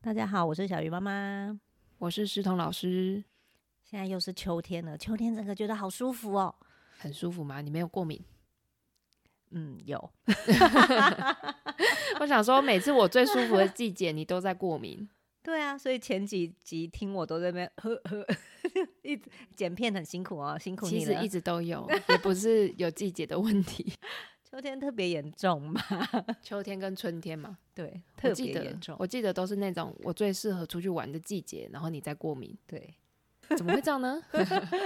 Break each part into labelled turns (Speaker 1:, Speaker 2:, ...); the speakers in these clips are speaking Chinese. Speaker 1: 大家好，我是小鱼妈妈。
Speaker 2: 我是诗彤老师，
Speaker 1: 现在又是秋天了，秋天整个觉得好舒服哦。
Speaker 2: 很舒服吗？你没有过敏？
Speaker 1: 嗯，有，
Speaker 2: 我想说，每次我最舒服的季节，你都在过 敏。
Speaker 1: 对啊，所以前几集听我都在那边呵呵， 一直剪片很辛苦哦，辛苦
Speaker 2: 其
Speaker 1: 你
Speaker 2: 实
Speaker 1: 了
Speaker 2: 一。直 都有，也不是有季节的问题。
Speaker 1: 秋天特别严重嘛？
Speaker 2: 秋天跟春天嘛，
Speaker 1: 对，特
Speaker 2: 我记
Speaker 1: 别
Speaker 2: 得
Speaker 1: 严重。
Speaker 2: 我记得都是那种我最适合出去玩的季节，然后你在过敏，
Speaker 1: 对，
Speaker 2: 怎么会这样呢？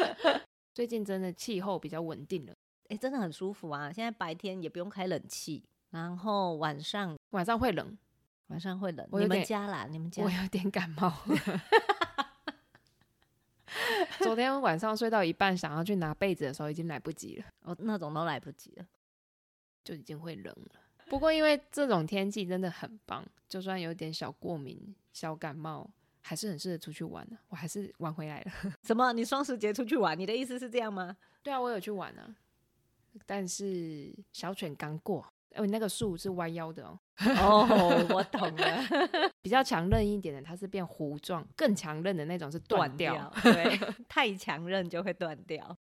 Speaker 2: 最近真的气候比较稳定了，
Speaker 1: 哎，真的很舒服啊！现在白天也不用开冷气，然后晚上
Speaker 2: 晚上会冷，
Speaker 1: 晚上会冷。
Speaker 2: 我
Speaker 1: 你
Speaker 2: 有
Speaker 1: 们
Speaker 2: 点
Speaker 1: 家啦，你们家
Speaker 2: 我有点感冒。 昨天晚上睡到一半，想要去拿被子的时候，已经来不及了。
Speaker 1: 哦，那种都来不及了。
Speaker 2: 就已经会冷了。不过因为这种天气真的很棒，就算有点小过敏、小感冒，还是很适合出去玩的、啊我还是玩回来了。
Speaker 1: 什么？你双十节出去玩？你的意思是这样吗？
Speaker 2: 对啊，我有去玩啊，但是小犬刚过，哦，那个树是弯腰的哦，
Speaker 1: 哦，我懂了，
Speaker 2: 比较强韧一点的，它是变糊状，更强韧的那种是断
Speaker 1: 断
Speaker 2: 掉。
Speaker 1: 掉， 对，太强韧就会断掉。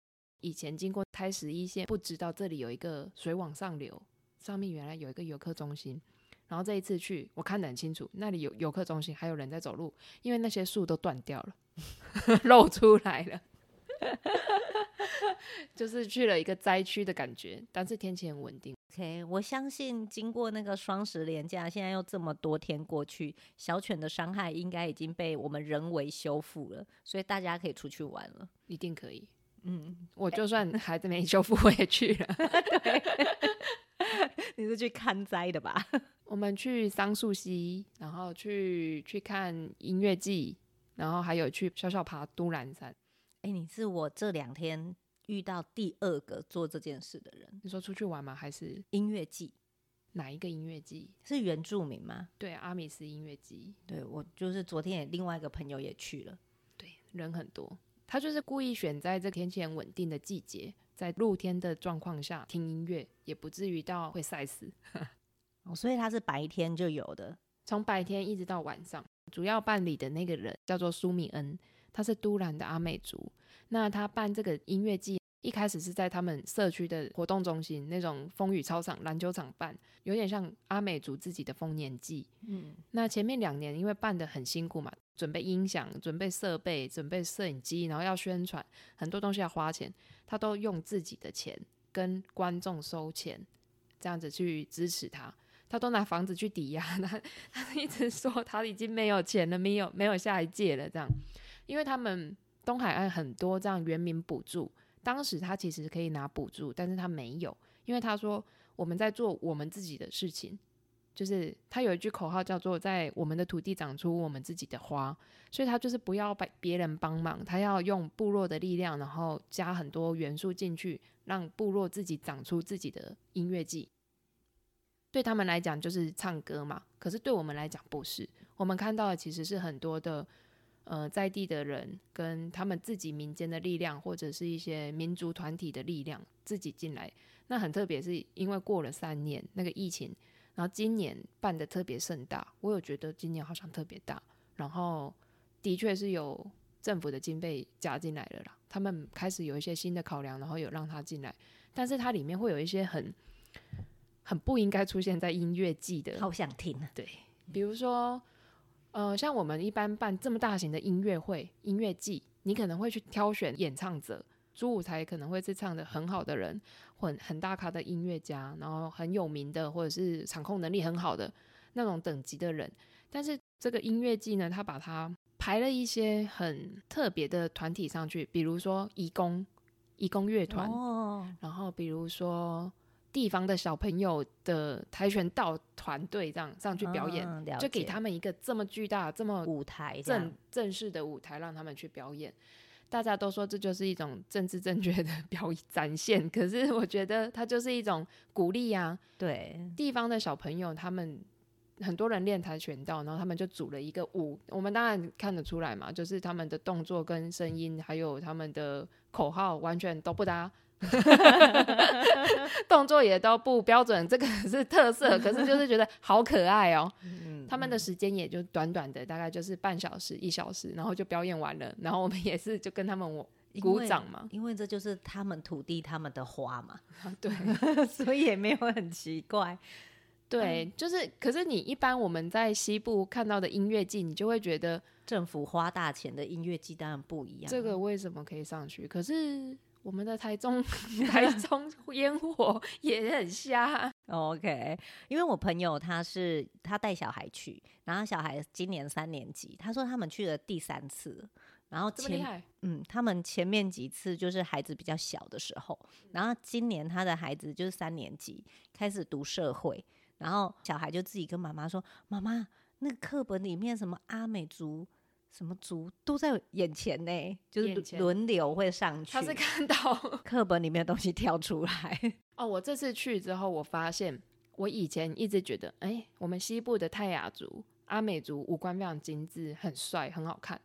Speaker 2: 以前经过台十一线，不知道这里有一个水往上流，上面原来有一个游客中心。然后这一次去，我看得很清楚，那里有游客中心，还有人在走路，因为那些树都断掉了， 露出来了，就是去了一个灾区的感觉。但是天气很稳定，
Speaker 1: OK，我相信经过那个双十连假，现在又这么多天过去，小犬的伤害应该已经被我们人为修复了，所以大家可以出去玩了。
Speaker 2: 一定可以。
Speaker 1: 嗯，
Speaker 2: 我就算孩子没 修复，我也去了。
Speaker 1: 你是去看灾的 吧？
Speaker 2: 我们去桑树溪，然后去去看音乐季，然后还有去小小爬都兰山。
Speaker 1: 哎、你是我这两天遇到第二个做这件事的人。
Speaker 2: 你说出去玩吗？还是
Speaker 1: 音乐季
Speaker 2: 哪一个音乐季？
Speaker 1: 是原住民吗？
Speaker 2: 对，阿米斯音乐季，
Speaker 1: 对我就是昨天也另外一个朋友也去了，
Speaker 2: 对，人很多。他就是故意选在这天气很稳定的季节，在露天的状况下听音乐，也不至于到会晒死。
Speaker 1: 哦、所以他是白天就有的。
Speaker 2: 从白天一直到晚上，主要办理的那个人叫做苏米恩，他是都兰的阿美族。那他办这个音乐季，一开始是在他们社区的活动中心那种风雨操场、篮球场办，有点像阿美族自己的丰年祭。
Speaker 1: 嗯，
Speaker 2: 那前面两年因为办得很辛苦嘛，准备音响、准备设备、准备摄影机，然后要宣传，很多东西要花钱，他都用自己的钱跟观众收钱，这样子去支持他。他都拿房子去抵押， 他他一直说他已经没有钱了，没有没有下一届了这样，因为他们东海岸很多这样原民补助，当时他其实可以拿补助，但是他没有，因为他说我们在做我们自己的事情，就是他有一句口号叫做“在我们的土地长出我们自己的花”，所以他就是不要把别人帮忙，他要用部落的力量，然后加很多元素进去，让部落自己长出自己的音乐季。对他们来讲就是唱歌嘛，可是对我们来讲不是。我们看到的其实是很多的呃在地的人跟他们自己民间的力量，或者是一些民族团体的力量自己进来。那很特别，是因为过了三年那个疫情，然后今年办的特别盛大，我有觉得今年好像特别大，然后的确是有政府的经费加进来了啦，他们开始有一些新的考量，然后有让它进来，但是它里面会有一些很很不应该出现在音乐季的
Speaker 1: 好想听啊！
Speaker 2: 比如说，呃，像我们一般办这么大型的音乐会、音乐季，你可能会去挑选演唱者，主舞台可能会是唱的很好的人，很很大咖的音乐家，然后很有名的，或者是场控能力很好的那种等级的人。但是这个音乐季呢，他把它排了一些很特别的团体上去，比如说义工、义工乐团，
Speaker 1: 哦，
Speaker 2: 然后比如说地方的小朋友的跆拳道团队这样上去表演，
Speaker 1: 嗯了
Speaker 2: 就给
Speaker 1: 解
Speaker 2: 他们一个这么巨大、这么
Speaker 1: 舞台这样
Speaker 2: 正正式的舞台，让他们去表演。大家都说这就是一种政治正确的 表展现，可是我觉得它就是一种鼓励啊。
Speaker 1: 对，
Speaker 2: 地方的小朋友他们很多人练跆拳道，然后他们就组了一个舞，我们当然看 得出来嘛，就是他们的动作跟声音，还有他们的口号完全都不搭，动作也都不标准，这个是特色，可是就是觉得好可爱哦、
Speaker 1: 嗯
Speaker 2: 他们的时间也就短短的，大概就是半小时、一小时，然后就表演完了，然后我们也是就跟他们我鼓掌，嘛
Speaker 1: 嗯，因为因为这就是他们土地他们的花 嘛，
Speaker 2: 对
Speaker 1: 所以也没有很奇怪。嗯
Speaker 2: 对，就是可是你一般我们在西部看到的音乐季，你就会觉得
Speaker 1: 政府花大钱的音乐季当然不一样，
Speaker 2: 这个为什么可以上去？可是我们的 台中台中烟火也很瞎啊，
Speaker 1: OK，因为我朋友他是他带小孩去，然后小孩今年三年级，他说他们去了第三次了，然后
Speaker 2: 这么厉
Speaker 1: 前
Speaker 2: 害，
Speaker 1: 嗯，他们前面几次就是孩子比较小的时候，然后今年他的孩子就是三年级开始读社会，然后小孩就自己跟妈妈说：“妈妈，那个课本里面什么阿美族什么族都在眼前呢，就是
Speaker 2: 眼
Speaker 1: 轮
Speaker 2: 前
Speaker 1: 轮流会上去，
Speaker 2: 他是看到
Speaker 1: 课本里面的东西跳出 来。”
Speaker 2: 哦，我这次去之后，我发现我以前一直觉得，哎、我们西部的泰雅族、阿美族五官非常精致，很帅，很好看。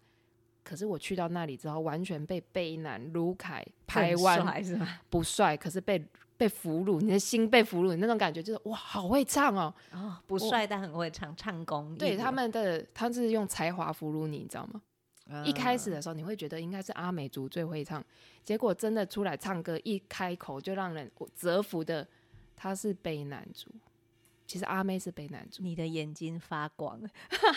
Speaker 2: 可是我去到那里之后，完全被卑南、卢凯、排湾
Speaker 1: 是吗？
Speaker 2: 不帅，可是被被俘虏，你的心被俘虏，那种感觉就是哇，好会唱哦！
Speaker 1: 哦，不
Speaker 2: 我
Speaker 1: 帅但很会唱唱功。
Speaker 2: 对
Speaker 1: 一流
Speaker 2: 他，们的，他是用才华俘虏你，你知道吗？一
Speaker 1: 嗯
Speaker 2: 开
Speaker 1: 啊
Speaker 2: 始的时候，你会觉得应该是阿美族最会唱，结果真的出来唱歌，一开口就让人折服的，他是卑南族。其实阿妹是卑南族，
Speaker 1: 你的眼睛发光，
Speaker 2: 我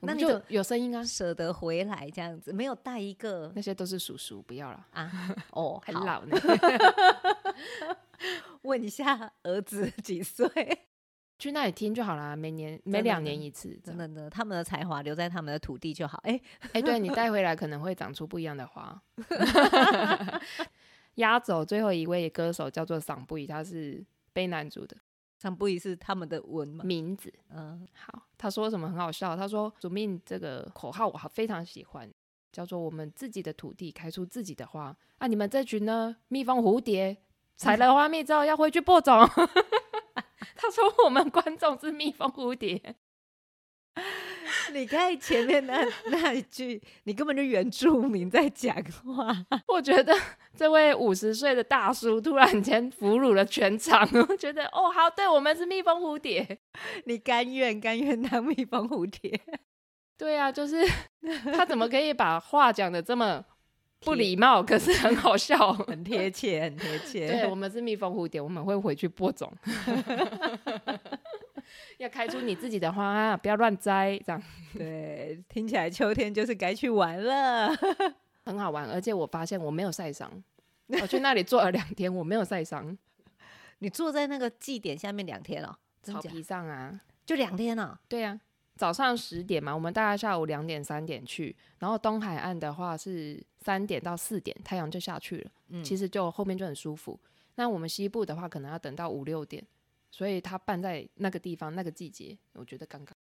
Speaker 1: 那
Speaker 2: 们
Speaker 1: 你
Speaker 2: 就
Speaker 1: 怎
Speaker 2: 有声音啊，
Speaker 1: 舍得回来这样子，没有带一 个
Speaker 2: 那些都是叔叔，不要了，
Speaker 1: 啊？哦，
Speaker 2: 很
Speaker 1: 好。
Speaker 2: 老呢。
Speaker 1: 问一下儿子几岁？
Speaker 2: 去那里听就好啦，每年每
Speaker 1: 真的
Speaker 2: 两
Speaker 1: 呢
Speaker 2: 年一次，
Speaker 1: 真。的呢，他们的才华留在他们的土地就好。哎、
Speaker 2: 哎、对你带回来可能会长出不一样的花。 压轴最后一位歌手叫做桑布伊，他是卑南族的
Speaker 1: 上不一是他们的文嘛？
Speaker 2: 名字。
Speaker 1: 嗯，
Speaker 2: 好，他说什么很好笑？他说“主命”这个口号我好非常喜欢，叫做“我们自己的土地开出自己的花”。啊，你们这群呢，蜜蜂、蝴蝶采了花蜜之后要回去播种。 他说我们观众是蜜蜂、蝴蝶，
Speaker 1: 你看前面那那一句，你根本就原住民在讲话。
Speaker 2: 我觉得这位五十岁的大叔突然间俘虏了全场，我觉得哦，好，对我们是蜜蜂、蝴蝶。
Speaker 1: 你甘愿甘愿当蜜蜂蝴蝶？
Speaker 2: 对啊，就是 他怎么可以把话讲的这么不礼貌，可是很好笑。
Speaker 1: 很贴切，很 贴切。
Speaker 2: 对，我们是蜜蜂蝴蝶，我们会回去播种。要开出你自己的花、啊，不要乱摘，这样
Speaker 1: 对，听起来秋天就是该去玩了。
Speaker 2: 很好玩。而且我发现我没有晒伤，我去那里坐了两天，我没有晒伤，
Speaker 1: 你坐在那个祭点下面两天哦，真
Speaker 2: 草
Speaker 1: 假
Speaker 2: 皮上啊，
Speaker 1: 就两天哦。
Speaker 2: 对啊，早上十点嘛，我们大概下午两点三点去，然后东海岸的话是三点到四点，太阳就下去了，
Speaker 1: 嗯
Speaker 2: 其实就后面就很舒服。那我们西部的话，可能要等到五六点，所以它办在那个地方那个季节，我觉得刚刚。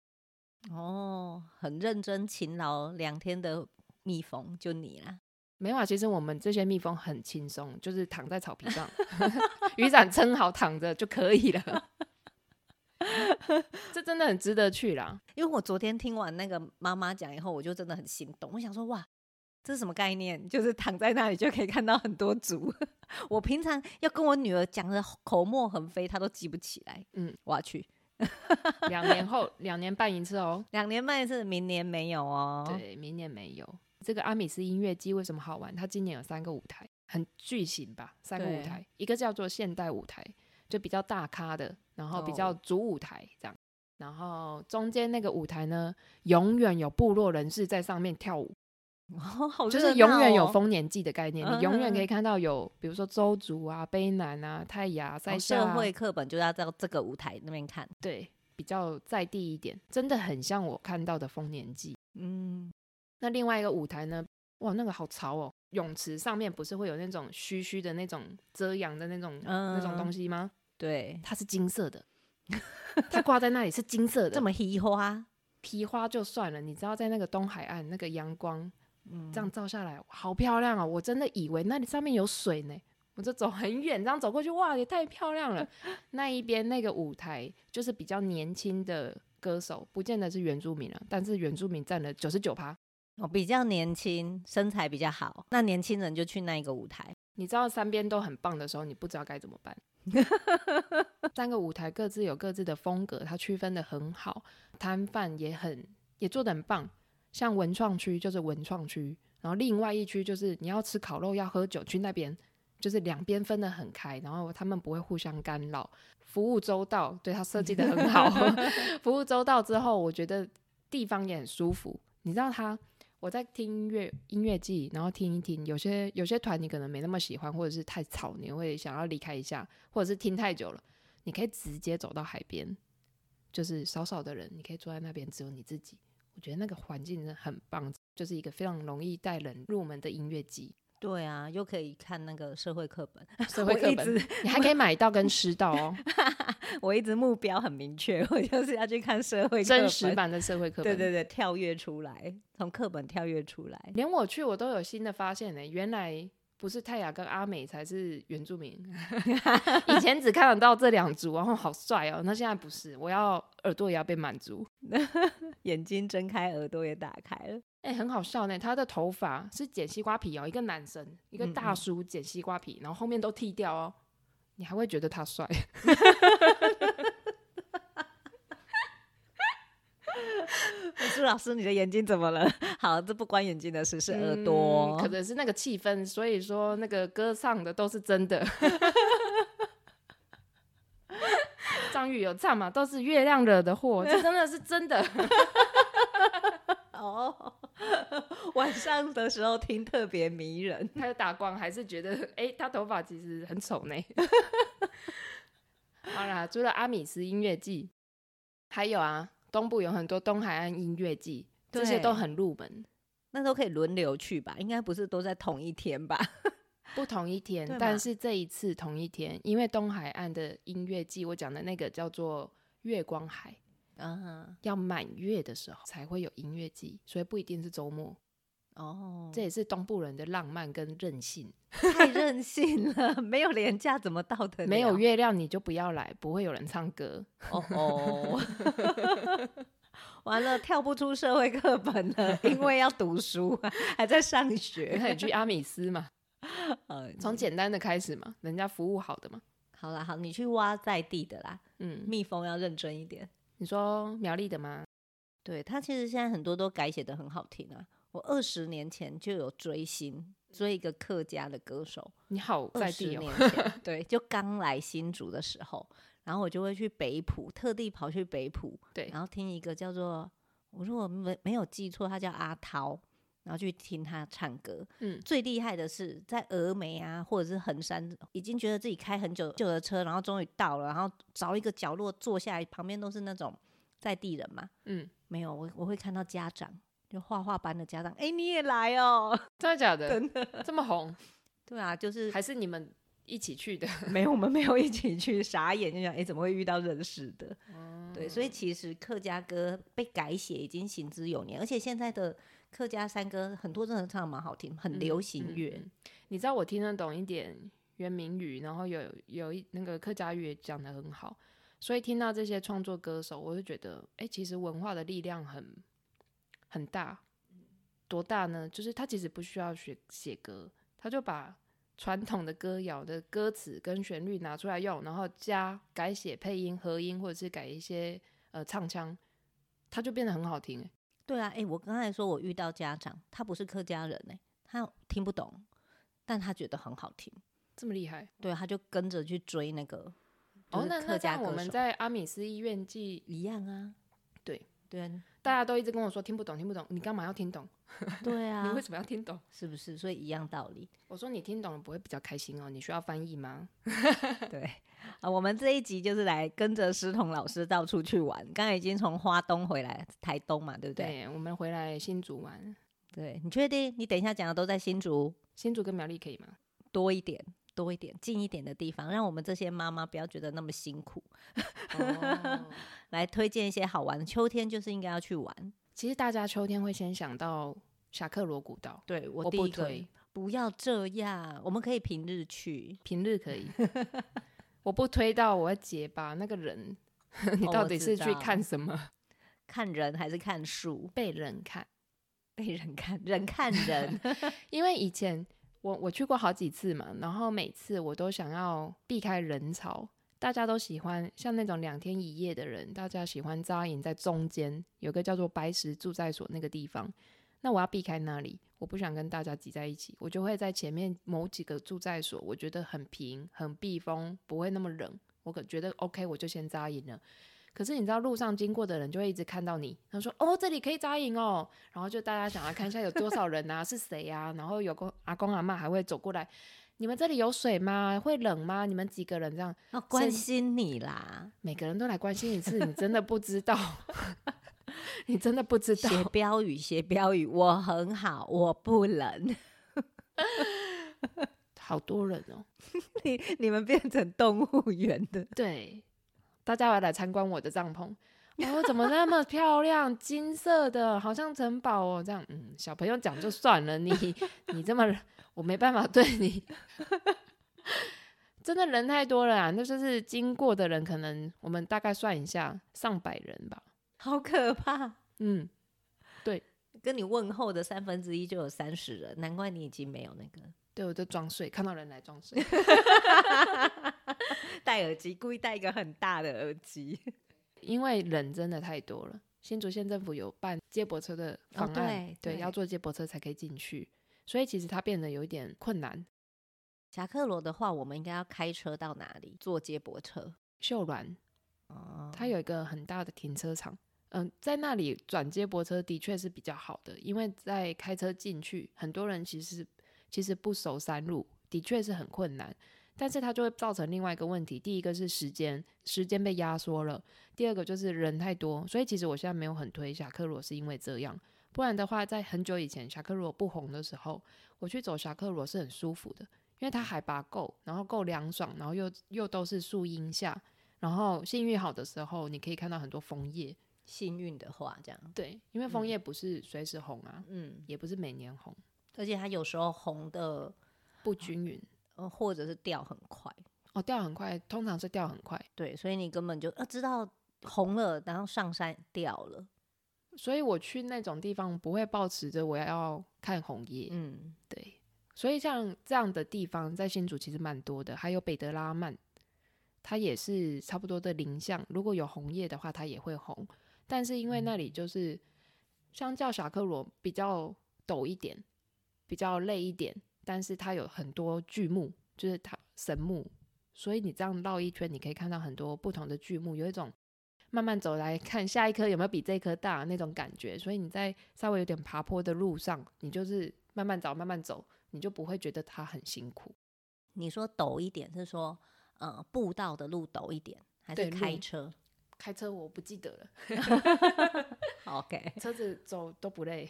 Speaker 1: 哦，很认真勤劳两天的蜜蜂就你啦。
Speaker 2: 没有啊，其实我们这些蜜蜂很轻松，就是躺在草皮上， 雨伞撑好躺着就可以了。这真的很值得去啦。
Speaker 1: 因为我昨天听完那个妈妈讲以后，我就真的很心动。我想说，哇，这是什么概念？就是躺在那里就可以看到很多族。 我平常要跟我女儿讲的口沫横飞，她都记不起来。嗯
Speaker 2: 嗯，
Speaker 1: 我要去。
Speaker 2: 两年后，两年办一次哦。
Speaker 1: 两年半是明年没有哦。
Speaker 2: 对，明年没有。这个阿米斯音乐季为什么好玩？它今年有三个舞台，很巨型吧？三个
Speaker 1: 对
Speaker 2: 舞台，一个叫做现代舞台，就比较大咖的，然后比较
Speaker 1: 哦
Speaker 2: 主舞台这样。然后中间那个舞台呢，永远有部落人士在上面跳舞，
Speaker 1: 哦， 好
Speaker 2: 就
Speaker 1: 热
Speaker 2: 是永
Speaker 1: 闹
Speaker 2: 远有
Speaker 1: 哦
Speaker 2: 丰年祭的概念，你永远可
Speaker 1: 嗯
Speaker 2: 以看到有，比如说周族啊、卑南啊、泰雅、啊、塞
Speaker 1: 哦
Speaker 2: 夏、
Speaker 1: 社
Speaker 2: 啊，
Speaker 1: 会课本就要到这个舞台那边看。
Speaker 2: 对比较在地一点，真的很像我看到的丰年祭。
Speaker 1: 嗯，
Speaker 2: 那另外一个舞台呢？哇，那个好潮哦！泳池上面不是会有那种虚虚的那种遮阳的那种、那种
Speaker 1: 嗯
Speaker 2: 东西吗？
Speaker 1: 对，
Speaker 2: 它是金色的，它挂在那里是金色的。
Speaker 1: 这么稀花，
Speaker 2: 皮花就算了，你知道在那个东海岸那个阳光
Speaker 1: 嗯
Speaker 2: 这样照下来，好漂亮哦！我真的以为那里上面有水呢。我就走很远，这样走过去，哇，也太漂亮了！ 那一边那个舞台就是比较年轻的歌手，不见得是原住民啊，但是原住民占了九十九趴，
Speaker 1: 哦，比较年轻，身材比较好，那年轻人就去那一个舞台。
Speaker 2: 你知道三边都很棒的时候，你不知道该怎么办。 三个舞台各自有各自的风格，它区分的很好，摊贩也很也做的很棒。像文创区就是文创区，然后另外一区就是你要吃烤肉要喝酒去那边，就是两边分得很开，然后他们不会互相干扰，服务周到，对他设计的很好， 服务周到之后，我觉得地方也很舒服。你知道他我在听音乐音乐季，然后听一听，有些有些团你可能没那么喜欢，或者是太吵，你会想要离开一下，或者是听太久了，你可以直接走到海边，就是少少的人，你可以坐在那边，只有你自己。我觉得那个环境真的很棒，就是一个非常容易带人入门的音乐季，
Speaker 1: 对啊，又可以看那个社会课本，
Speaker 2: 社会课
Speaker 1: 我
Speaker 2: 本
Speaker 1: 一直，
Speaker 2: 你还可以买到跟吃到哦，
Speaker 1: 我一直目标很明确，我就是要去看社 会课
Speaker 2: 真实
Speaker 1: 本
Speaker 2: 版的社会课本。
Speaker 1: 对对对，跳跃出来，从课本跳跃出来。
Speaker 2: 连我去我都有新的发现呢、原来不是泰雅跟阿美才是原住民，以前只看得到这两组，然后好帅哦、那现在不是，我要耳朵也要被满足。
Speaker 1: 眼睛睁开，耳朵也打开了。
Speaker 2: 哎、很好笑呢、他的头发是剪西瓜皮哦、一个男生，一个
Speaker 1: 嗯
Speaker 2: 大
Speaker 1: 嗯
Speaker 2: 叔剪西瓜皮，然后后面都剃掉哦、你还会觉得 他帅。
Speaker 1: 朱老师，你的眼睛怎么了？好，这不关眼睛的事，是耳朵。
Speaker 2: 嗯可能是那个气氛，所以说那个歌唱的都是真的。 张宇有唱嘛，都是月亮惹的祸，这真的是真的。
Speaker 1: 哦， 晚上的时候听特别迷人。
Speaker 2: 他打光还是觉得， 哎、他头发其实很丑呢。 好啦，除了阿米斯音乐季，还有啊，东部有很多东海岸音乐季，这些
Speaker 1: 对
Speaker 2: 都很入门，
Speaker 1: 那都可以轮流去吧，应该不是都在同一天吧？
Speaker 2: 不同一天
Speaker 1: 对，嘛
Speaker 2: 但是这一次同一天，因为东海岸的音乐季，我讲的那个叫做月光海，
Speaker 1: 啊，
Speaker 2: 要满月的时候才会有音乐季，所以不一定是周末。
Speaker 1: 哦，
Speaker 2: 这也是东部人的浪漫跟任性。
Speaker 1: 太任性了，没有廉价怎么到的？
Speaker 2: 没有月亮你就不要来，不会有人唱歌。
Speaker 1: 哦哦，完了，跳不出社会课本 了，因为要读书，还在上学。
Speaker 2: 可以去阿米斯嘛，
Speaker 1: 呃，
Speaker 2: 从简单的开始嘛，人家服务好的嘛。
Speaker 1: 好啦，好，你去挖在地的啦，
Speaker 2: 嗯，
Speaker 1: 蜜蜂要认真一点。
Speaker 2: 你说苗栗的吗？
Speaker 1: 对，它其实现在很多都改写的很好听啊。我二十年前就有追星，追一个客家的歌手，
Speaker 2: 你好在
Speaker 1: 在十
Speaker 2: 地哦，
Speaker 1: 年 前，对，就刚来新竹的时候，然后我就会去北埔，特地跑去北埔，
Speaker 2: 对
Speaker 1: 然后听一个叫做我如果没没有记错，他叫阿涛，然后去听他唱歌。
Speaker 2: 嗯
Speaker 1: 最厉害的是在峨眉啊，或者是横山，已经觉得自己开很久旧的车，然后终于到了，然后找一个角落坐下来，旁边都是那种在地人嘛，
Speaker 2: 嗯，
Speaker 1: 没有我我会看到家长。就画画班的家长，哎、你也来哦、
Speaker 2: 真的假的？真的这么红，
Speaker 1: 对啊，就是
Speaker 2: 还是你们一起去的？
Speaker 1: 没有，我们没有一起去，傻眼就想，哎、怎么会遇到认识的？
Speaker 2: 哦
Speaker 1: 对，所以其实客家歌被改写已经行之有年，而且现在的客家山歌很多真的唱得蛮好听，很流行乐。
Speaker 2: 嗯嗯你知道我听得懂一点原名语，然后有有一那个客家语也讲得很好，所以听到这些创作歌手，我就觉得，哎、其实文化的力量很很大，多大呢？就是他其实不需要学写歌，他就把传统的歌谣的歌词跟旋律拿出来用，然后加改写配音、合音，或者是改一些呃唱腔，它就变得很好听、诶
Speaker 1: 对啊，哎、我刚才说我遇到家长，他不是客家人哎、他听不懂，但他觉得很好听，
Speaker 2: 这么厉害。
Speaker 1: 对，他就跟着去追那个。就
Speaker 2: 哦，
Speaker 1: 是
Speaker 2: 那
Speaker 1: 客
Speaker 2: 那这
Speaker 1: 家
Speaker 2: 样
Speaker 1: 歌
Speaker 2: 我们
Speaker 1: 手
Speaker 2: 在阿米斯医院记
Speaker 1: 一样啊，
Speaker 2: 对
Speaker 1: 对 啊
Speaker 2: 大家都一直跟我说听不懂，听不懂，你干嘛要听懂？
Speaker 1: 对
Speaker 2: 你
Speaker 1: 啊
Speaker 2: 为，什么要听懂？
Speaker 1: 是不是？所以一样道理。
Speaker 2: 我说你听懂了不会比较开心哦，你需要翻译吗？
Speaker 1: 对啊，我们这一集就是来跟着石彤老师到处去玩。刚才已经从花东回来，台东嘛，对不对？
Speaker 2: 对，我们回来新竹玩，
Speaker 1: 对你确定？你等一下讲的都在新竹
Speaker 2: 新竹跟苗栗可以吗？
Speaker 1: 多一点、多一点、近一点的地方，让我们这些妈妈不要觉得那么辛苦。
Speaker 2: 哦，
Speaker 1: 来推荐一些好玩的，秋天就是应该要去玩。
Speaker 2: 其实大家秋天会先想到侠客罗古道，
Speaker 1: 对我
Speaker 2: 我
Speaker 1: 第
Speaker 2: 不
Speaker 1: 一个
Speaker 2: 推，
Speaker 1: 不要这样，我们可以平日去。
Speaker 2: 平日可以， 我不推到我会结巴。那个人， 你
Speaker 1: 哦
Speaker 2: 到
Speaker 1: 我
Speaker 2: 底
Speaker 1: 知
Speaker 2: 是去
Speaker 1: 道
Speaker 2: 看什么？
Speaker 1: 看人还是看树？
Speaker 2: 被人看。
Speaker 1: 被人看，人看人。
Speaker 2: 因为以前我我去过好几次嘛，然后每次我都想要避开人潮，大家都喜欢像那种两天一夜的人，大家喜欢扎营在中间，有个叫做白石住宅所那个地方。那我要避开那里，我不想跟大家挤在一起，我就会在前面某几个住宅所，我觉得很平、很避风，不会那么冷，我可觉得 OK，我就先扎营了。可是你知道路上经过的人就会一直看到你，他说：“哦，这里可以扎营哦。”然后就大家想要看一下有多少人啊，是谁呀、啊？然后有公阿公阿妈还会走过来，你们这里有水吗？会冷吗？你们几个人这样，
Speaker 1: 要关心你啦，
Speaker 2: 每个人都来关心一次，你真的不知道，你真的不知道。
Speaker 1: 写标语，写标语，我很好，我不冷。
Speaker 2: 好多人哦，
Speaker 1: 你 你们变成动物园的，
Speaker 2: 对，大家要来参观我的帐篷。哦，怎么那么漂亮？金色的，好像城堡哦。这样，嗯，小朋友讲就算了，你你这么， 我没办法对你。 真的人太多了啊！那就是经过的人，可能我们大概算一下，上百人吧。
Speaker 1: 好可怕！
Speaker 2: 嗯，
Speaker 1: 跟你问候的三分之一就有三十人，难怪你已经没有那个
Speaker 2: 对，我就装睡，看到人来装睡。
Speaker 1: 戴耳机，故意戴一个很大的耳机。
Speaker 2: 因为人真的太多了。新竹县政府有办接驳车的方案，
Speaker 1: 哦对对
Speaker 2: 要坐接驳车才可以进去，所以其实它变得有一点困难。
Speaker 1: 侠客罗的话，我们应该要开车到哪里？坐接驳车。
Speaker 2: 秀峦
Speaker 1: 哦，
Speaker 2: 它有一个很大的停车场，嗯，在那里转接驳车的确是比较好的，因为在开车进去，很多人其实其实不熟山路，的确是很困难。但是它就会造成另外一个问题，第一个是时间，时间被压缩了；第二个就是人太多，所以其实我现在没有很推侠客罗，是因为这样。不然的话，在很久以前侠客罗不红的时候，我去走侠客罗是很舒服的，因为它海拔够，然后够凉爽，然后又又都是树荫下，然后幸运好的时候，你可以看到很多枫叶。
Speaker 1: 幸运的话，这样，
Speaker 2: 对，因为枫叶不是随时红啊，
Speaker 1: 嗯，
Speaker 2: 也不是每年红，
Speaker 1: 而且它有时候红的，
Speaker 2: 不均匀。
Speaker 1: 呃，或者是掉很快，
Speaker 2: 哦，掉很快，通常是掉很快，
Speaker 1: 对，所以你根本就呃知道红了，然后上山掉了，
Speaker 2: 所以我去那种地方不会抱持着我要看红叶。
Speaker 1: 嗯，
Speaker 2: 对，所以像这样的地方在新竹其实蛮多的，还有北德拉曼，它也是差不多的林相，如果有红叶的话，它也会红，但是因为那里就是相较侠客罗比较陡一点，比较累一点，但是它有很多巨木，就是它神木，所以你这样绕一圈，你可以看到很多不同的巨木，有一种。慢慢走来看下一棵有没有比这棵大那种感觉，所以你在稍微有点爬坡的路上，你就是慢慢找，慢慢走，你就不会觉得它很辛苦。
Speaker 1: 你说陡一点是说，呃，步道的路陡一点，还是
Speaker 2: 对路
Speaker 1: 开车
Speaker 2: 开车我不记得了，
Speaker 1: ？OK，
Speaker 2: 车子走都不累。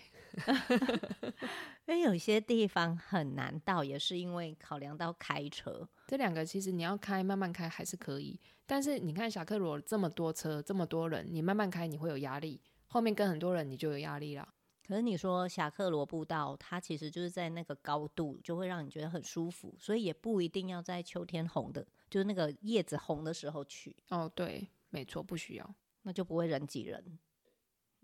Speaker 1: 因为有些地方很难到，也是因为考量到开车，
Speaker 2: 这两个其实你要开慢慢开还是可以，但是你看侠客罗这么多车，这么多人，你慢慢开你会有压力，后面跟很多人你就有压力啦。
Speaker 1: 可是你说侠客罗步道，它其实就是在那个高度，就会让你觉得很舒服，所以也不一定要在秋天红的，就是那个叶子红的时候去，
Speaker 2: 哦，对，没错，不需要。
Speaker 1: 那就不会人挤人。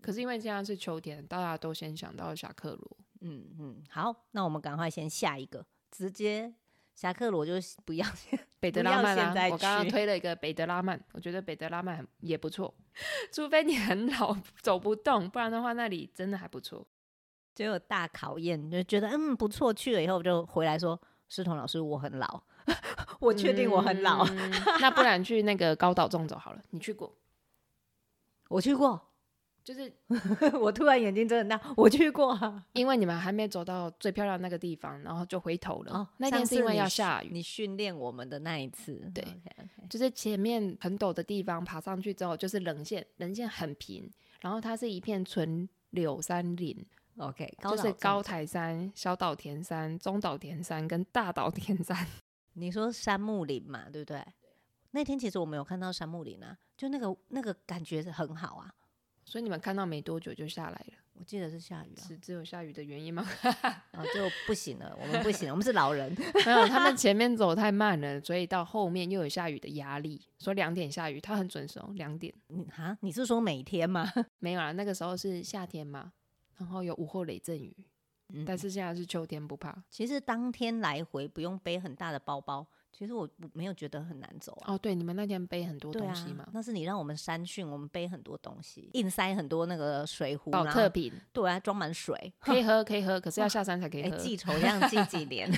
Speaker 2: 可是因为现在是秋天，大家都先想到侠客罗，
Speaker 1: 嗯嗯，好，那我们赶快先下一个，直接侠客罗就不要先，
Speaker 2: 北德
Speaker 1: 不
Speaker 2: 拉
Speaker 1: 要
Speaker 2: 曼
Speaker 1: 现
Speaker 2: 啊
Speaker 1: 在，
Speaker 2: 我刚刚
Speaker 1: 去
Speaker 2: 推了一个北德拉曼，我觉得北德拉曼很也不错，除非你很老走不动，不然的话那里真的还不错。
Speaker 1: 结果大考验，就觉得嗯不错，去了以后就回来说，师彤老师我很老， 我确定我很老，
Speaker 2: 嗯那不然去那个高岛纵走好了，你去过？
Speaker 1: 我去过，
Speaker 2: 就是
Speaker 1: 我突然眼睛睁很大，我去 过啊、
Speaker 2: 因为你们还没走到最漂亮那个地方，然后就回头了。
Speaker 1: 哦，
Speaker 2: 那
Speaker 1: 上
Speaker 2: 天是
Speaker 1: 次
Speaker 2: 因为
Speaker 1: 你
Speaker 2: 要
Speaker 1: 训
Speaker 2: 下雨，
Speaker 1: 你训练我们的那一次，
Speaker 2: 对
Speaker 1: o k
Speaker 2: 就是前面很陡的地方爬上去之后就是稜线，稜线很平，然后它是一片纯柳山林，
Speaker 1: OK，OK，高
Speaker 2: 就是
Speaker 1: 岛
Speaker 2: 高
Speaker 1: 纵。
Speaker 2: 台山、小岛田山、中岛田山跟大岛田山。
Speaker 1: 你说山木林嘛，对不对？那天其实我们有看到山木林啊，就那个那个感觉是很好啊，
Speaker 2: 所以你们看到没多久就下来了，
Speaker 1: 我记得是下雨啊，
Speaker 2: 是只有下雨的原因吗？
Speaker 1: 啊就不行了，我们不行了，我们是老人，
Speaker 2: 没有，他们前面走太慢了，所以到后面又有下雨的压力。说两点下雨，他很准时哦，两点
Speaker 1: 你啊，你是说每天吗？
Speaker 2: 没有啦，那个时候是夏天嘛，然后有午后雷阵雨，
Speaker 1: 嗯
Speaker 2: 但是现在是秋天，不怕
Speaker 1: 其实当天来回不用背很大的包包，其实我我没有觉得很难走啊。
Speaker 2: 哦。对，你们那天背很多
Speaker 1: 对
Speaker 2: 东西
Speaker 1: 啊
Speaker 2: 嘛，，
Speaker 1: 那是你让我们山训，我们背很多东西，硬塞很多那个水壶，
Speaker 2: 保
Speaker 1: 然
Speaker 2: 特
Speaker 1: 后
Speaker 2: 瓶
Speaker 1: 对啊，装满水，
Speaker 2: 可以喝，可以喝，可是 要下山才可以
Speaker 1: 哎，
Speaker 2: 喝。
Speaker 1: 记仇这样记几 年，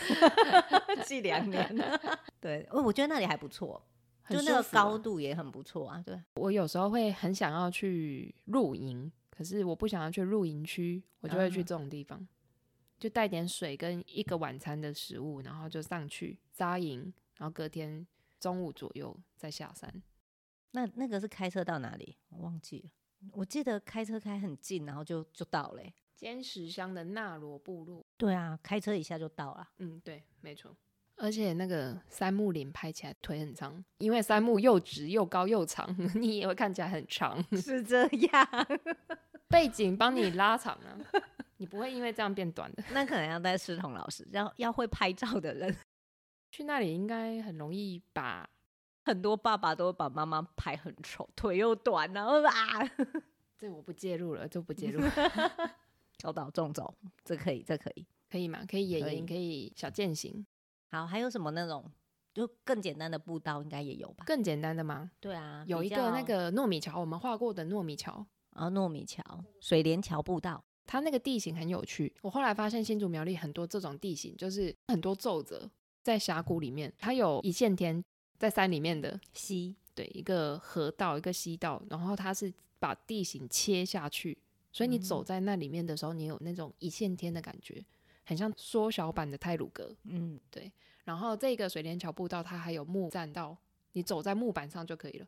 Speaker 1: 记两年。 对，哦我我觉得那里还不错，
Speaker 2: 很
Speaker 1: 就那个
Speaker 2: 舒服啊
Speaker 1: 高度也很不错啊。对，
Speaker 2: 我有时候会很想要去露营，可是我不想要去露营区，我就会去
Speaker 1: 啊
Speaker 2: 这种地方，就带点水跟一个晚餐的食物，然后就上去扎营，然后隔天中午左右再下山。
Speaker 1: 那那个是开车到哪里？我忘记了，我记得开车开很近，然后就就到欸嘞、
Speaker 2: 尖石乡的纳罗部落，
Speaker 1: 对啊，开车一下就到了。
Speaker 2: 嗯，对，没错。而且那个杉木林拍起来腿很长，因为杉木又直又高又长， 你也会看起来很长，
Speaker 1: 是这样，
Speaker 2: 背景帮你拉长啊， 你不会因为这样变短的。
Speaker 1: 那可能要带师彤老师，要要会拍照的人，
Speaker 2: 去那里应该很容易把
Speaker 1: 很多爸爸都会把妈妈拍很丑，腿又短，然后啊，
Speaker 2: 这我不介入了，就不介入，
Speaker 1: 教导中走，这可以，这可以。
Speaker 2: 可以吗？可以野
Speaker 1: 可
Speaker 2: 营，
Speaker 1: 以
Speaker 2: 可以小践行，
Speaker 1: 好，还有什么那种就更简单的步道应该也有吧？
Speaker 2: 更简单的吗？
Speaker 1: 对啊，
Speaker 2: 有
Speaker 1: 比
Speaker 2: 一个那
Speaker 1: 较
Speaker 2: 个糯米桥，我们画过的糯米桥，
Speaker 1: 啊糯米桥、水帘桥步道，
Speaker 2: 它那个地形很有趣。我后来发现新竹苗栗很多这种地形，就是很多皱褶在峡谷里面，它有一线天在山里面的，
Speaker 1: 溪
Speaker 2: 对，一个河道，一个溪道，然后它是把地形切下去，所以你
Speaker 1: 嗯
Speaker 2: 走在那里面的时候，你有那种一线天的感觉，很像缩小版的泰鲁格。
Speaker 1: 嗯，
Speaker 2: 然后这个水帘桥步道它还有木栈道，你走在木板上就可以了。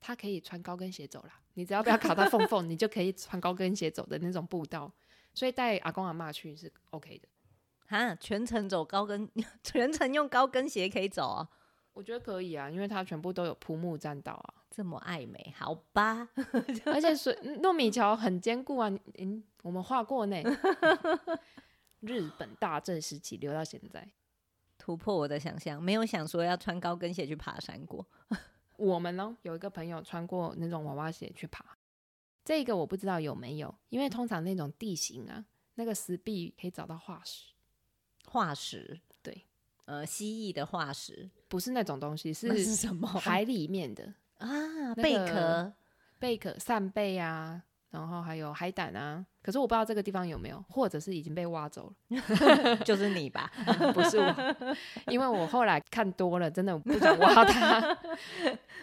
Speaker 2: 它可以穿高跟鞋走啦，你只要不要卡到缝缝，你就可以穿高跟鞋走的那种步道。所以带阿公阿妈去是 OK 的，
Speaker 1: 哈，全程走高跟， 全程用高跟鞋可以走啊、
Speaker 2: 我觉得可以啊，因为它全部都有铺木栈道啊，
Speaker 1: 这么爱美，好吧？
Speaker 2: 而且水嗯糯米桥很坚固啊。你嗯，我们画过 呢。日本大正时期留到现在，
Speaker 1: 突破我的想象，没有想说要穿高跟鞋去爬山过。
Speaker 2: 我们呢有一个朋友穿过那种娃娃鞋去爬，这个我不知道有没有，因
Speaker 1: 嗯
Speaker 2: 为通常那种地形啊，那个石壁可以找到化石，
Speaker 1: 化石，
Speaker 2: 对，
Speaker 1: 呃，蜥蜴的化石
Speaker 2: 不是那种东西，
Speaker 1: 那是
Speaker 2: 是
Speaker 1: 什么？
Speaker 2: 海里面的
Speaker 1: 啊，
Speaker 2: 个
Speaker 1: 贝壳
Speaker 2: 贝壳、扇贝啊，然后还有海胆啊。可是我不知道这个地方有没有，或者是已经被挖走了，
Speaker 1: 就是你吧？
Speaker 2: 啊不是我，因为我后来看多了，真的不想挖它，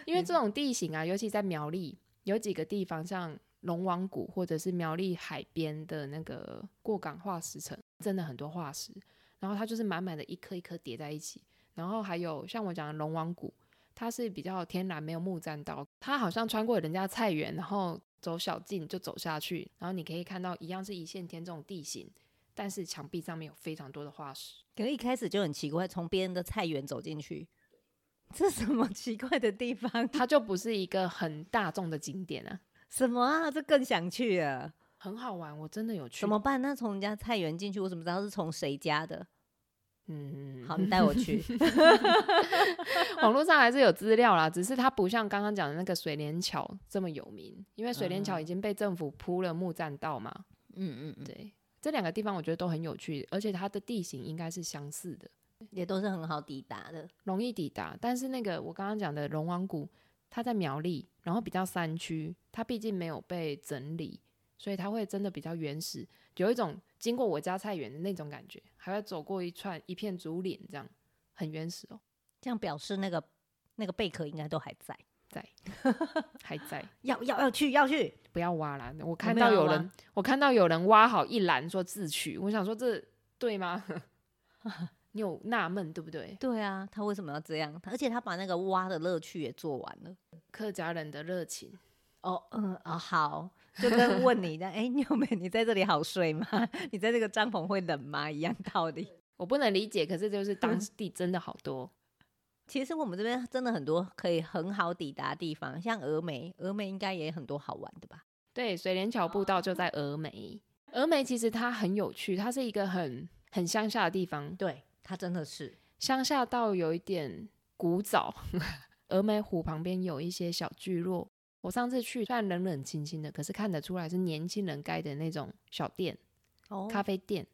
Speaker 2: 因为这种地形啊，尤其在苗栗，有几个地方像龙王谷或者是苗栗海边的那个过港化石层，真的很多化石，然后它就是满满的一颗一颗叠在一起，然后还有像我讲的龙王谷，它是比较天然没有木栈道，它好像穿过人家菜园，然后走小径就走下去，然后你可以看到一样是一线天这种地形，但是墙壁上面有非常多的化石。
Speaker 1: 可能一开始就很奇怪，从别人的菜园走进去，这什么奇怪的地方？
Speaker 2: 它就不是一个很大众的景点啊，
Speaker 1: 什么啊？这更想去了，
Speaker 2: 很好玩，我真的有去。
Speaker 1: 怎么？办？那从人家菜园进去，我怎么知道是从谁家的？
Speaker 2: 嗯，
Speaker 1: 好，你带我 去。
Speaker 2: 网络上还是有资料啦，只是它不像刚刚讲的那个水帘桥这么有名，因为水帘桥已经被政府铺了木栈道嘛。
Speaker 1: 嗯嗯嗯，
Speaker 2: 对，这两个地方我觉得都很有趣，而且它的地形应该是相似的，
Speaker 1: 也都是很好抵达的。
Speaker 2: 容易抵达。但是那个我刚刚讲的龙王谷，它在苗栗，然后比较山区，它毕竟没有被整理，所以它会真的比较原始，有一种经过我家菜园的那种感觉，还会走过一串一片竹林，这样很原始哦，
Speaker 1: 这样表示那个那个贝壳应该都还在。
Speaker 2: 还在。
Speaker 1: 要要要去要去，
Speaker 2: 不要挖啦！我
Speaker 1: 我
Speaker 2: 看
Speaker 1: 没有
Speaker 2: 到
Speaker 1: 要
Speaker 2: 有
Speaker 1: 挖
Speaker 2: 人，我看到有人挖好一栏说自取，我想说这对吗？ 你有纳闷对不对？
Speaker 1: 对啊，他为什么要这样？而且他把那个挖的乐趣也做完了。
Speaker 2: 客家人的热情，
Speaker 1: 哦，嗯，哦，好，就跟问你一样， 哎、你有没有你在这里好睡吗？ 你在这个帐篷会冷吗？一样道理。
Speaker 2: 我不能理解，可是就是当地真的好多，
Speaker 1: 其实我们这边真的很多可以很好抵达的地方，像峨眉，峨眉应该也很多好玩的吧？
Speaker 2: 对，水帘桥步道就在峨眉。峨眉其实它很有趣，它是一个很很乡下的地方，
Speaker 1: 对，它真的是
Speaker 2: 乡下到有一点古早。峨眉湖旁边有一些小聚落，我上次去虽然冷冷清清的，可是看得出来是年轻人盖的那种小店、
Speaker 1: 哦
Speaker 2: 咖啡店。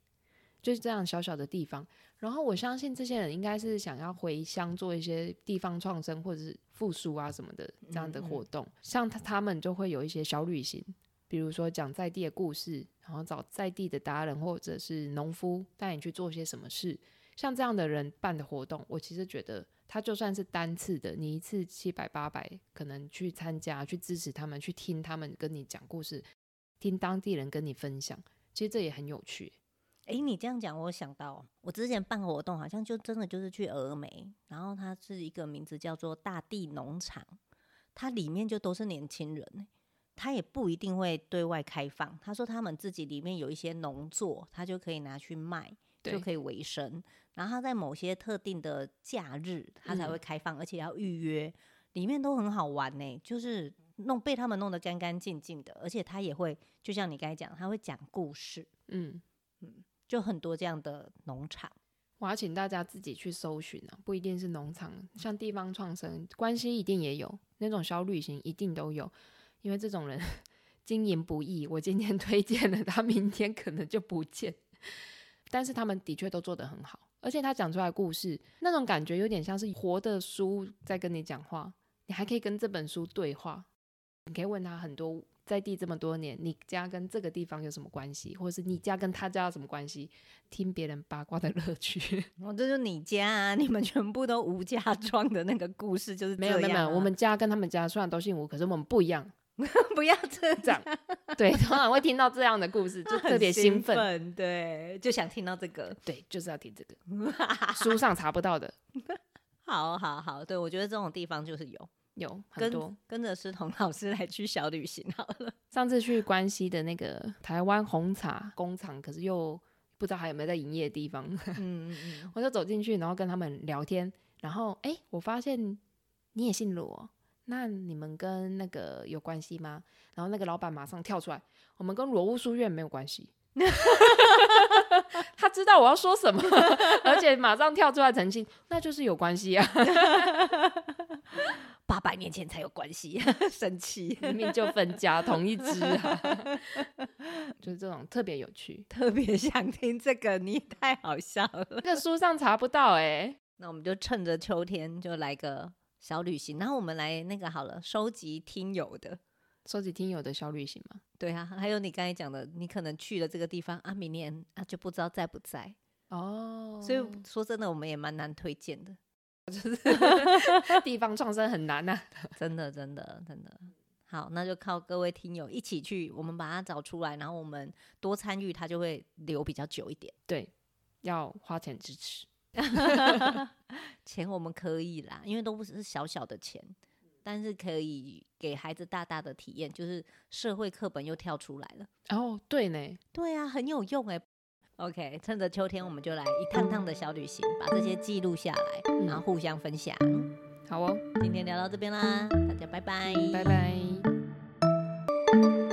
Speaker 2: 就是这样小小的地方。然后我相信这些人应该是想要回乡做一些地方创生或者是复苏啊什么的
Speaker 1: 嗯
Speaker 2: 这样的活动，像他他们就会有一些小旅行，比如说讲在地的故事，然后找在地的达人或者是农夫带你去做些什么事。像这样的人办的活动，我其实觉得他就算是单次的，你一次七百八百，可能去参加、去支持他们、去听他们跟你讲故事，听当地人跟你分享，其实这也很有趣。
Speaker 1: 哎、你这样讲，我想到哦我之前办活动，好像就真的就是去峨眉，然后它是一个名字叫做大地农场，它里面就都是年轻人欸、他也不一定会对外开放。他说他们自己里面有一些农作，他就可以拿去卖，就
Speaker 2: 对
Speaker 1: 可以维生。然后他在某些特定的假日，他才
Speaker 2: 嗯
Speaker 1: 会开放，而且要预约。里面都很好玩呢、就是弄被他们弄得干干净净的，而且他也会，就像你刚才讲，他会讲故事。
Speaker 2: 嗯，
Speaker 1: 就很多这样的农场。
Speaker 2: 我要请大家自己去搜寻啊，不一定是农场，像地方创生关系一定也有那种小旅行，一定都有，因为这种人 经营不易。我今天 推荐了，他明天可能就不见，但是他们的确都做得很好，而且他讲出来的故事，那种感觉有点像是活的书在跟你讲话，你还可以跟这本书对话，你可以问他很多。在地这么多年，你家跟这个地方有什么关系，或者是你家跟他家有什么关系？听别人八卦的乐 趣。
Speaker 1: 哦，这就是你家啊，你们全部都吴 家庄的那个故事就是
Speaker 2: 没有
Speaker 1: 这
Speaker 2: 没有没
Speaker 1: 样
Speaker 2: 有，
Speaker 1: 啊
Speaker 2: 我们家跟他们家虽然都姓吴，可是我们不一样。
Speaker 1: 不要 这
Speaker 2: 这样对，通常会听到这样的故事，就
Speaker 1: 很
Speaker 2: 特别兴
Speaker 1: 兴
Speaker 2: 奋。
Speaker 1: 奋，对，就想听到这个。
Speaker 2: 对，就是要听这个 书上查不到的，
Speaker 1: 好好好，对我觉得这种地方就是有
Speaker 2: 有很
Speaker 1: 跟
Speaker 2: 多。
Speaker 1: 跟着思彤老师来去小旅行好 了。
Speaker 2: 上次去关西的那个台湾红茶工厂，可是又不知道还有没有在营业的地方，
Speaker 1: 嗯嗯
Speaker 2: 我就走进去，然后跟他们聊天，然后哎、诶我发现你也姓罗哦，那你们跟那个有关系吗？然后那个老板马上跳出来，我们跟罗屋书院没有关系。他知道我要说什么，而且马上跳出来澄清，那就是有关系啊，
Speaker 1: 嗯，八百年前才有关系， 神奇，
Speaker 2: 明明就分家同一支啊， 就是这种特别有趣。
Speaker 1: 特别想听这个，你也太好笑了。
Speaker 2: 那个书上查不到哎、
Speaker 1: 那我们就趁着秋天就来个小旅行，然后我们来那个好了，收集听友的。
Speaker 2: 收集听友的小旅行嘛，
Speaker 1: 对啊，还有你刚才讲的，你可能去了这个地方啊，明年啊就不知道在不在，
Speaker 2: 哦，
Speaker 1: 所以说真的，我们也蛮难推荐的，
Speaker 2: 地方创生很难呐、啊
Speaker 1: 真的，真的，真的。好，那就靠各位听友一起去，我们把它找出来，然后我们多参与，它就会留比较久一点。
Speaker 2: 对，要花钱支持。
Speaker 1: 钱我们可以啦，因为都不是小小的钱，但是可以给孩子大大的体验，就是社会课本又跳出来了。
Speaker 2: 哦，对呢，
Speaker 1: 对啊，很有用哎、OK，趁着秋天，我们就来一趟趟的小旅行，把这些记录下来，然后互相分享。
Speaker 2: 好哦，
Speaker 1: 今天聊到这边啦，大家拜拜，
Speaker 2: 拜拜。